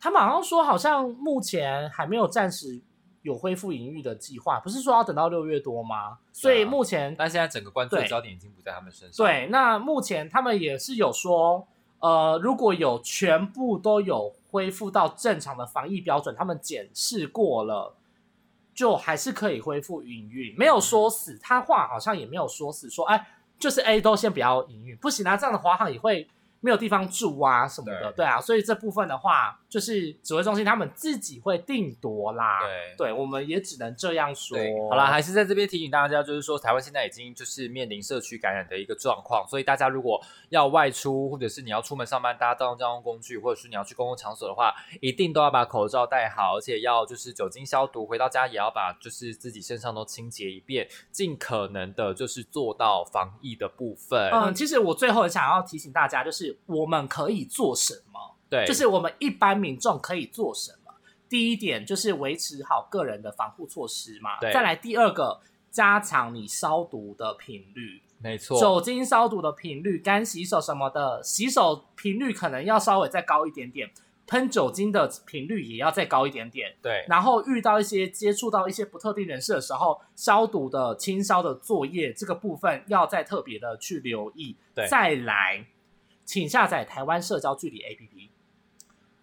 他们好像说，好像目前还没有暂时有恢复营运的计划，不是说要等到六月多吗？所以目前
但现在整个关注的
对
焦点已经不在他们身上。，
对，那目前他们也是有说，呃，如果有全部都有恢复到正常的防疫标准，他们检视过了，就还是可以恢复营运，没有
嗯
说死。他话好像也没有说死，说哎，就是 A 都先不要营运，不行啊，这样的华航也会没有地方住啊什么的，
对
对啊，所以这部分的话，就是指挥中心他们自己会定夺啦。
对
对，我们也只能这样说
对。，好啦，还是在这边提醒大家，就是说台湾现在已经就是面临社区感染的一个状况，所以大家如果要外出，或者是你要出门上班搭到交通工具，或者是你要去公共场所的话，一定都要把口罩戴好，而且要就是酒精消毒，回到家也要把就是自己身上都清洁一遍，尽可能的就是做到防疫的部分。
嗯，其实我最后很想要提醒大家，就是我们可以做什么，
对，
就是我们一般民众可以做什么。第一点就是维持好个人的防护措施嘛，
对
再来第二个，加强你消毒的频率，
没错，
酒精消毒的频率，干洗手什么的，洗手频率可能要稍微再高一点点，喷酒精的频率也要再高一点点。
对，
然后遇到一些接触到一些不特定人士的时候，消毒的清消的作业这个部分要再特别的去留意。
对
再来，请下载台湾社交距离 APP，、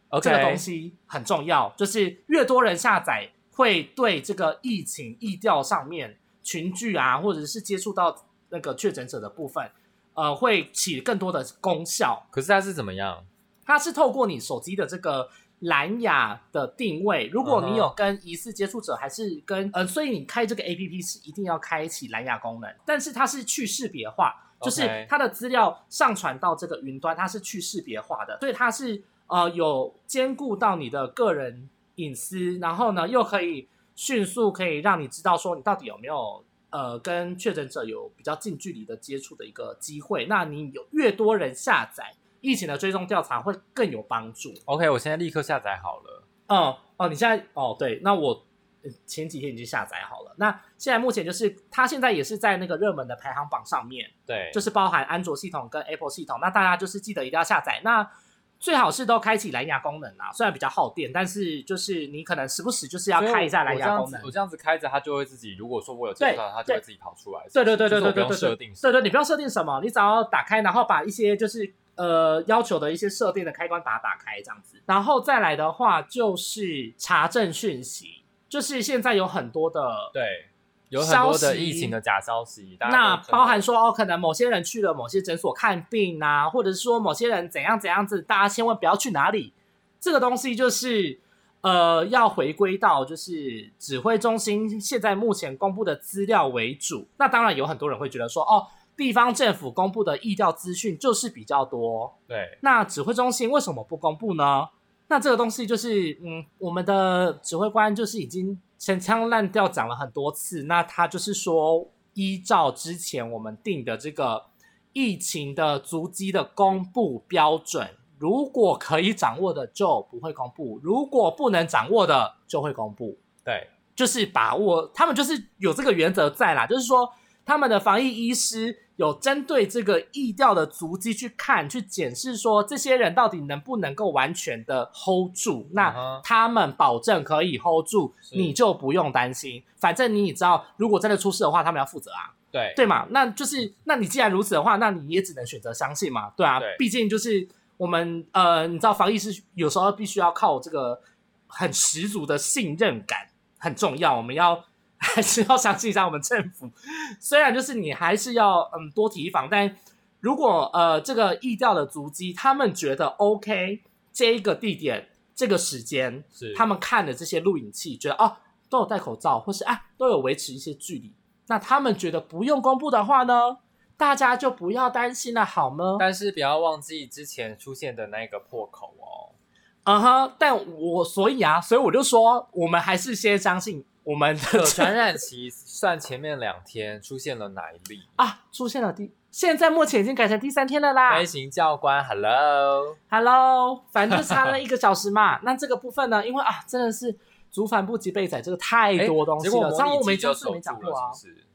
OK，
这个东西很重要，就是越多人下载，会对这个疫情疫调上面群聚啊，或者是接触到那个确诊者的部分，呃，会起更多的功效。
可是它是怎么样？
它是透过你手机的这个蓝牙的定位，如果你有跟疑似接触者，还是跟呃，所以你开这个 A P P 是一定要开启蓝牙功能，但是它是去识别化，就
OK
是它的资料上传到这个云端，它是去识别化的，所以它是呃有兼顾到你的个人隐私，然后呢又可以迅速可以让你知道说你到底有没有呃跟确诊者有比较近距离的接触的一个机会。那你有越多人下载，疫情的追踪调查会更有帮助。
OK，我现在立刻下载好了。
哦嗯，哦，你现在哦对，那我呃前几天已经下载好了。那现在目前就是它现在也是在那个热门的排行榜上面，
对，
就是包含安卓系统跟 Apple 系统。那大家就是记得一定要下载。那最好是都开启蓝牙功能啊，虽然比较耗电，但是就是你可能时不时就是要
所以
开一下蓝
我
牙
这样
功
子
能
我。这样子开着，它就会自己。如果说我有介绍，
对
它就会
对
自己跑出来。
对对对
就
对
是
对
我不
对
用
对
设
对，
定什
对
么。
对，你不要设定什么，你只要打开，然后把一些就是呃要求的一些设定的开关把它打开这样子，然后再来的话就是查证讯息，就是现在有很多的。
对，有很多
消
的
息
疫情的假消息，大家
那
都真的
包含说哦，可能某些人去了某些诊所看病啊，或者是说某些人怎样怎样子，大家千万不要去哪里。这个东西就是呃，要回归到就是指挥中心现在目前公布的资料为主。那当然有很多人会觉得说，哦，地方政府公布的疫调资讯就是比较多，
对
那指挥中心为什么不公布呢？那这个东西就是，嗯，我们的指挥官就是已经陈腔滥调讲了很多次，那他就是说，依照之前我们定的这个疫情的足迹的公布标准，如果可以掌握的就不会公布，如果不能掌握的就会公布。
对
就是把握，他们就是有这个原则在啦，就是说他们的防疫医师有针对这个疫调的足迹去看，去检视说这些人到底能不能够完全的 hold 住，
嗯哼
那他们保证可以 hold 住，
是
你就不用担心，反正你也知道，如果真的出事的话，他们要负责啊。
对嗯
对嘛？那就是，那你既然如此的话，那你也只能选择相信嘛，对啊，
对
毕竟就是我们呃，你知道防疫是有时候必须要靠这个很十足的信任感很重要，我们要 还是要相信一下我们政府，虽然就是你还是要嗯多提防，但如果呃这个疫调的足迹，他们觉得 OK，这一个地点这个时间
是
他们看了这些录影器，觉得哦都有戴口罩，或是啊都有维持一些距离，那他们觉得不用公布的话呢，大家就不要担心了，好吗？
但是不要忘记之前出现的那个破口哦。
嗯哼，但我所以啊，所以我就说，我们还是先相信我们
可
的
传染期算前面两天出现了哪一例？
啊，出现了第，现在目前已经改成第三天了啦。
飞行教官，Hello，
Hello，反正就差了一个小时嘛。 那这个部分呢，因为啊，真的是竹反不及被宰，这个太多东西
诶哎结果
了。
模拟
上午我们
机就
就是
守
没讲
住
过啊
了，，是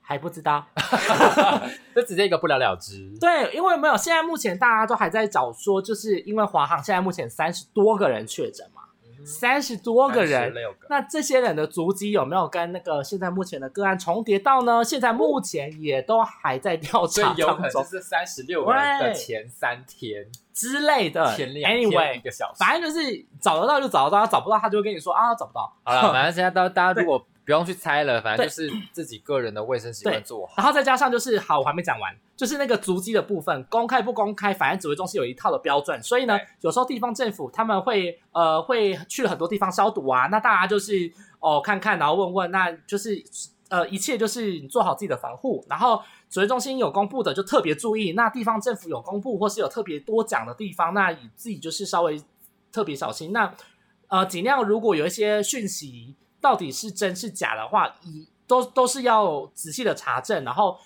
还不知道。
不是？ 就直接一个不了了之。
对，因为没有，现在目前大家都还在找说，就是因为华航现在目前三十多个人确诊嘛，
嗯，
三十多个人，
六个，
那这些人的足迹有没有跟那个现在目前的个案重叠到呢？现在目前也都还在调
所
查
以有可
当
能就
中
是三十六个人的
对
前三天，
之类的。
前两天一
Anyway，
个小时。
反正就是找得到就找得到，找不到他就会跟你说啊找不到。
好了，反正现在大大家如果不用去猜了，反正就是自己个人的卫生习惯
对
做好。
然后再加上就是，好，我还没讲完，就是那个足迹的部分，公开不公开，反正指挥中心有一套的标准，所以呢
对，
有时候地方政府他们会呃会去了很多地方消毒啊，那大家就是哦看看，然后问问，那就是呃一切就是做好自己的防护，然后指挥中心有公布的就特别注意，那地方政府有公布或是有特别多讲的地方，那你自己就是稍微特别小心，那呃尽量如果有一些讯息到底是真是假的话，一都都是要仔细的查证，然后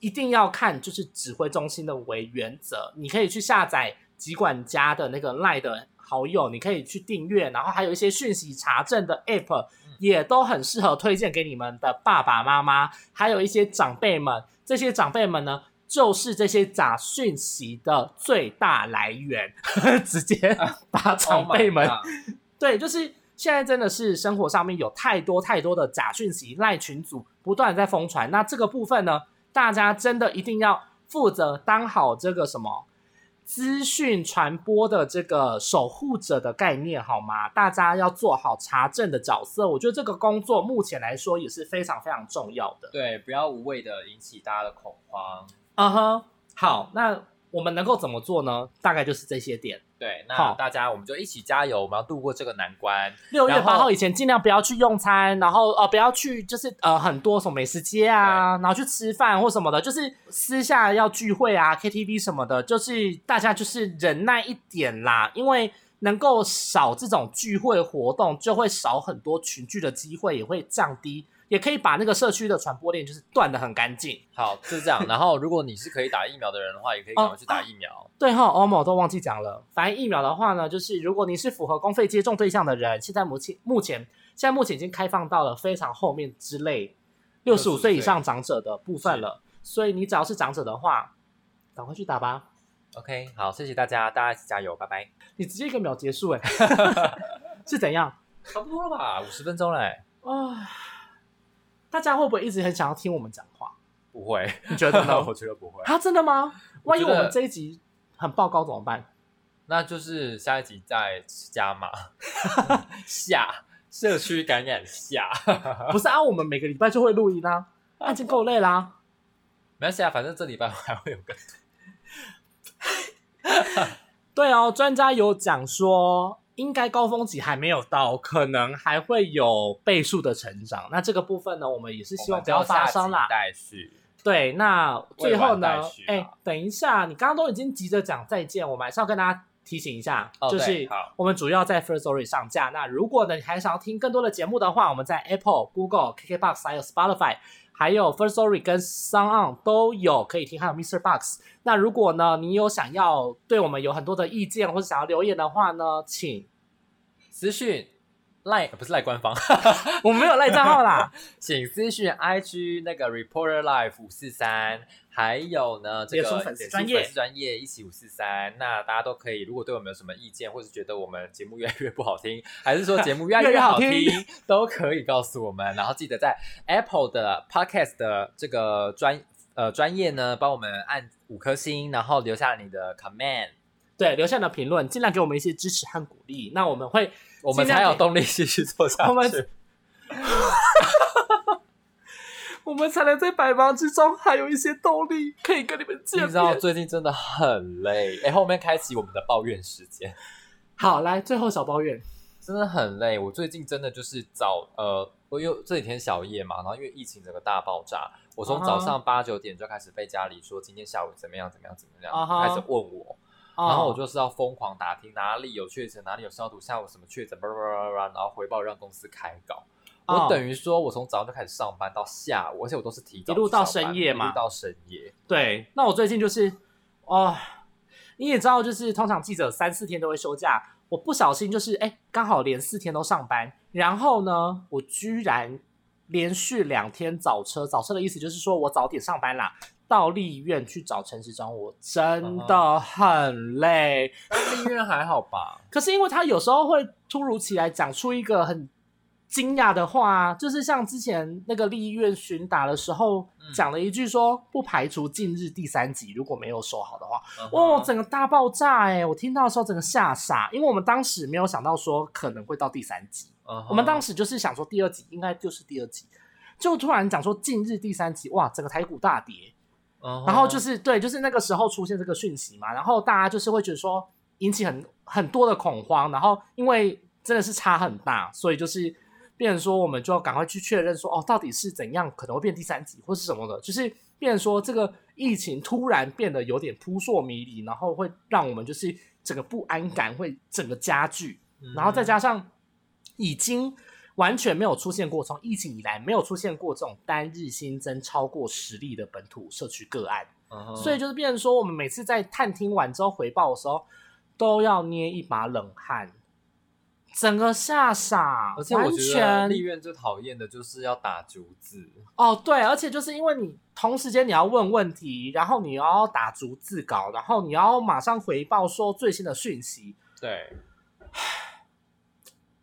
一定要看就是指挥中心的为原则，你可以去下载疾管家的那个赖的好友，你可以去订阅，然后还有一些讯息查证的 app 也都很适合推荐给你们的爸爸妈妈，还有一些长辈们，这些长辈们呢。就是这些假讯息的最大来源， 直接把长辈们
Oh my god
对，就是现在真的是生活上面有太多太多的假讯息，赖群组不断地在疯传。那这个部分呢，大家真的一定要负责当好这个什么资讯传播的这个守护者的概念，好吗？大家要做好查证的角色。我觉得这个工作目前来说也是非常非常重要的。
对，不要无谓的引起大家的恐慌。
嗯哼，好，那我们能够怎么做呢？大概就是这些点。
对，那
好
大家我们就一起加油，我们要度过这个难关。
六月
然后
八号以前尽量不要去用餐，然后呃不要去就是呃很多什么美食街啊，然后去吃饭或什么的，就是私下要聚会啊、KTV 什么的，就是大家就是忍耐一点啦，因为能够少这种聚会活动，就会少很多群聚的机会，也会降低也可以把那个社区的传播链就是断的很干净。
好，就是 这样。然后，如果你是可以打疫苗的人的话，也可以赶
哦
快去打疫苗。
对哈、欧某都忘记讲了。反正疫苗的话呢，就是如果你是符合公费接种对象的人，现在目前目前现在目前已经开放到了非常后面之类，六十五岁以上长者的部分了。所以你只要是长者的话，赶快去打吧。
OK，好，谢谢大家，大家一起加油，拜拜。
你直接一个秒结 束哎、是怎样？
差不多了吧，五十分钟嘞，
啊，大家会不会一直很想要听我们讲话？
不会，
你觉得呢？
我觉得不会。
啊，真的吗？
我
万一
觉
我
得
们这一集很爆高怎么办？
那就是下一集再加码下社区感染下，
不是啊，我们每个礼拜就会录音啦、啊，那已经够累啦。
没关系啊，反正这礼拜我还会有个
对哦，专家有讲说，应该高峰期还没有到，可能还会有倍数的成长。那这个部分呢，我们也是希望不要发生啦。
待续。
对，那最后呢
未完待续，啊
哎、等一下，你刚刚都已经急着讲再见，我们还是要跟大家提醒一下，
哦
就
对
是
好
我们主要在 First Story 上架。那如果呢你还想要听更多的节目的话，我们在 Apple、Google、KKBox 还有 Spotify。还有 First Story 跟 Sound On 都有可以听，还有 Mr. Box。那如果呢，你有想要对我们有很多的意见或者想要留言的话呢，请
资讯赖不是赖官方，
我们没有赖账号 啦，
请私讯 IG 那个 Reporter Life 五四三，还有呢这
脸
个
书粉丝
脸
专业
粉丝专业一起五四三，那大家都可以，如果对我们有什么意见，或是觉得我们节目越来越不好听，还是说节目越来
越来越
好
好听
都可以告诉我们。然后记得在 Apple 的 Podcast 的这个专呃专业呢，帮我们按五颗星，然后留下你的 comment，
对，留下你的评论，尽量给我们一些支持和鼓励。那我们会
我们
尽量
才有
给
动力继续做下
我们
去。
我们才能在百忙之中还有一些动力可以跟你们
你
见
知道
面。
最近真的很累，哎、后面开启我们的抱怨时间，
好，来最后小抱怨，
真的很累。我最近真的就是早呃，我又这几天小夜嘛，然后因为疫情整个大爆炸，我从
啊
早上八九点就开始被家里说今天下午怎么样怎么样怎么样
啊哈啊
开始问我，
哦
然后我就是要疯狂打听哪里有确诊，哪里有消毒，下午什么确诊，叭叭叭叭叭，然后回报让公司开
哦
稿。我等于说，我从早上就开始上班到下午，而且我都是提早
一路到
去上班
深夜嘛
一路到深夜。
对，那我最近就是哦，你也知道，就是通常记者三四天都会休假，我不小心就是哎，刚好连四天都上班，然后呢，我居然连续两天早车，早车的意思就是说我早点上班啦。到立院去找陈时中，我真的很累。
但医院还好吧？
可是因为他有时候会突如其来讲出一个很惊讶的话、啊，就是像之前那个立院巡打的时候
嗯
讲了一句说，不排除近日第三集如果没有收好的话，
嗯哼
哇、整个大爆炸哎、我听到的时候整个吓傻，因为我们当时没有想到说可能会到第三集，
嗯哼
我们当时就是想说第二集应该就是第二集，就突然讲说近日第三集，哇，整个台股大跌，然
然
后就是是对，就是那个时候出现这个讯息嘛，然后大家就是会觉得说哦引起很很多的恐慌，然后因为真的是差很大，所以就是变成说我们就要赶快去确认说哦，到底是怎样可能会变第三级或是什么的，就是变成说这个疫情突然变得有点扑朔迷离，然后会让我们就是整个不安感会整个加剧，
嗯
然后再加上已经完全没有出现过，从疫情以来没有出现过这种单日新增超过十例的本土社区个案，
嗯
所以就是变成说，我们每次在探听完之后回报的时候，都要捏一把冷汗，整个吓傻，
而且我
完
觉得
全
立院最讨厌的就是要打竹子，
哦，对，而且就是因为你同时间你要问问题，然后你又要打逐字稿，然后你要马上回报说最新的讯息，
对，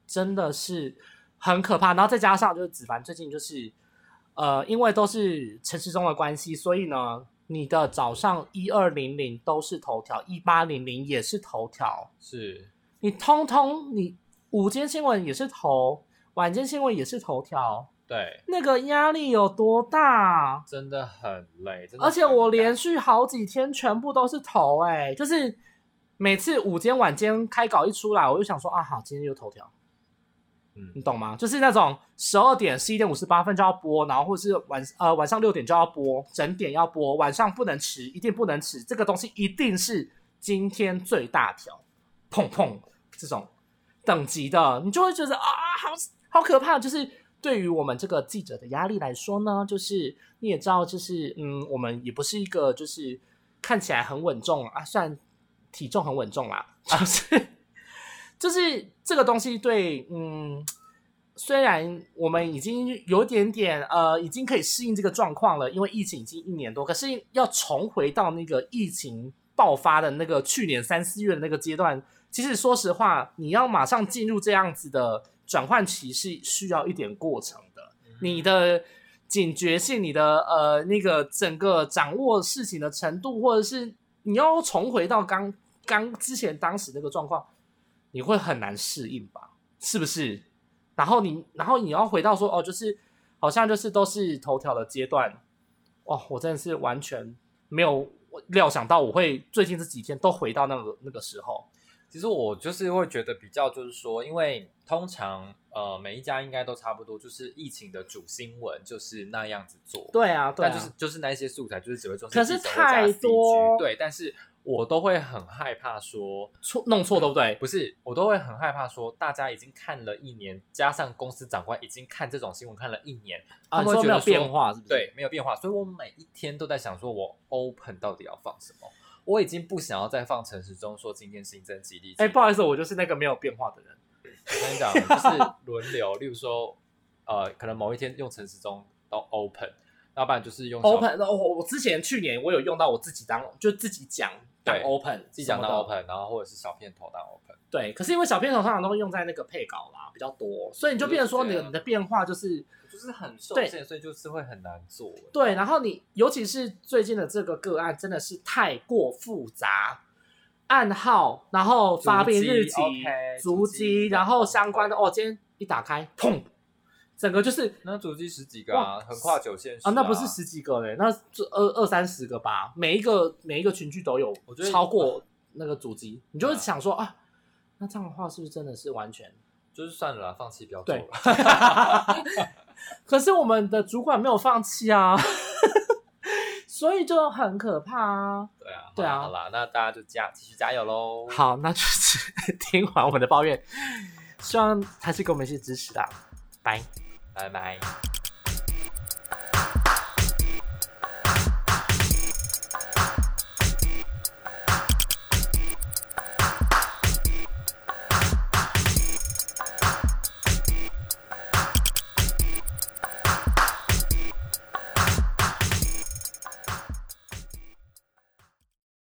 真的是很可怕。然后再加上就是子凡最近就是，呃，因为都是陈时中的关系，所以呢，你的早上一二零零都是头条，一八零零也是头条，
是
你通通你午间新闻也是头，晚间新闻也是头条，
对，
那个压力有多大？
真的很累，真的很累
而且我连续好几天全部都是头、哎，就是每次午间、晚间开稿一出来，我就想说啊，好，今天又头条，你
嗯
懂吗？就是那种十二点、十一点五十八分就要播，然后或是晚呃晚上六点就要播，整点要播，晚上不能迟，一定不能迟，这个东西一定是今天最大条，砰砰这种等级的，你就会觉得啊，好好可怕，就是。对于我们这个记者的压力来说呢，就是你也知道，就是嗯，我们也不是一个就是看起来很稳重啊，虽然体重很稳重啦，就是就是这个东西对嗯。虽然我们已经有点点呃，已经可以适应这个状况了，因为疫情已经一年多，可是要重回到那个疫情爆发的那个去年三四月的那个阶段，其实说实话，你要马上进入这样子的转换期是需要一点过程的。你的警觉性，你的呃那个整个掌握事情的程度，或者是你要重回到刚刚之前当时那个状况，你会很难适应吧？是不是？然后你，然后你要回到说，哦，就是好像就是都是头条的阶段，哇，我真的是完全没有料想到我会最近这几天都回到那个那个时候，
其实我就是会觉得比较，就是说，因为通常呃每一家应该都差不多，就是疫情的主新闻就是那样子做，
对啊，对啊，
但就是就是那一些素材就是只会做，
可是太多
对，但是我都会很害怕说，
错弄错，对不对？
不是，我都会很害怕说，大家已经看了一年，加上公司长官已经看这种新闻看了一年，
啊，
他
你
们
说
会觉
没有
得说
变化是不是？，
对，没有变化，所以我每一天都在想，说我 open 到底要放什么。我已经不想要再放陈时中说今天新增几例。
哎，不好意
思，
思，我就是那个没有变化的人，
我跟你 讲，就是轮流，例如说，呃，可能某一天用陈时中到 open，要不然就是用小
open，我我之前去年我有用到我自己当就自己讲当
对
open，
自己讲
什
到
么的
open，然后或者是小片头当 open。
对，可是因为小片头通常都会用在那个配稿啦比较多，所以你就变成说你
对
的
啊
你的变化就是
就是很受
对
限，所以就是会很难做。
对，然后你尤其是最近的这个个案，真的是太过复杂，暗号，然后发病日期
足迹，OK，、
足
足
迹，
迹
然后相关的哦，今天一打开，砰，整个就是
那主机十几个啊，
哇
横跨九线市
啊，那不是十几个嘞，那就二二三十个吧，每一个每一个群聚都有
我觉得
超过那个足迹，你就会
嗯
想说啊，那这样的话是不是真的是完全
就是算了啦，放弃不要做了。
可是我们的主管没有放弃啊， 所以就很可怕啊。
对啊，
对啊
好啦，那大家就加继续加油喽。
好，那就是 听完我的抱怨，希望还是给我们一些支持啦，拜。
拜拜。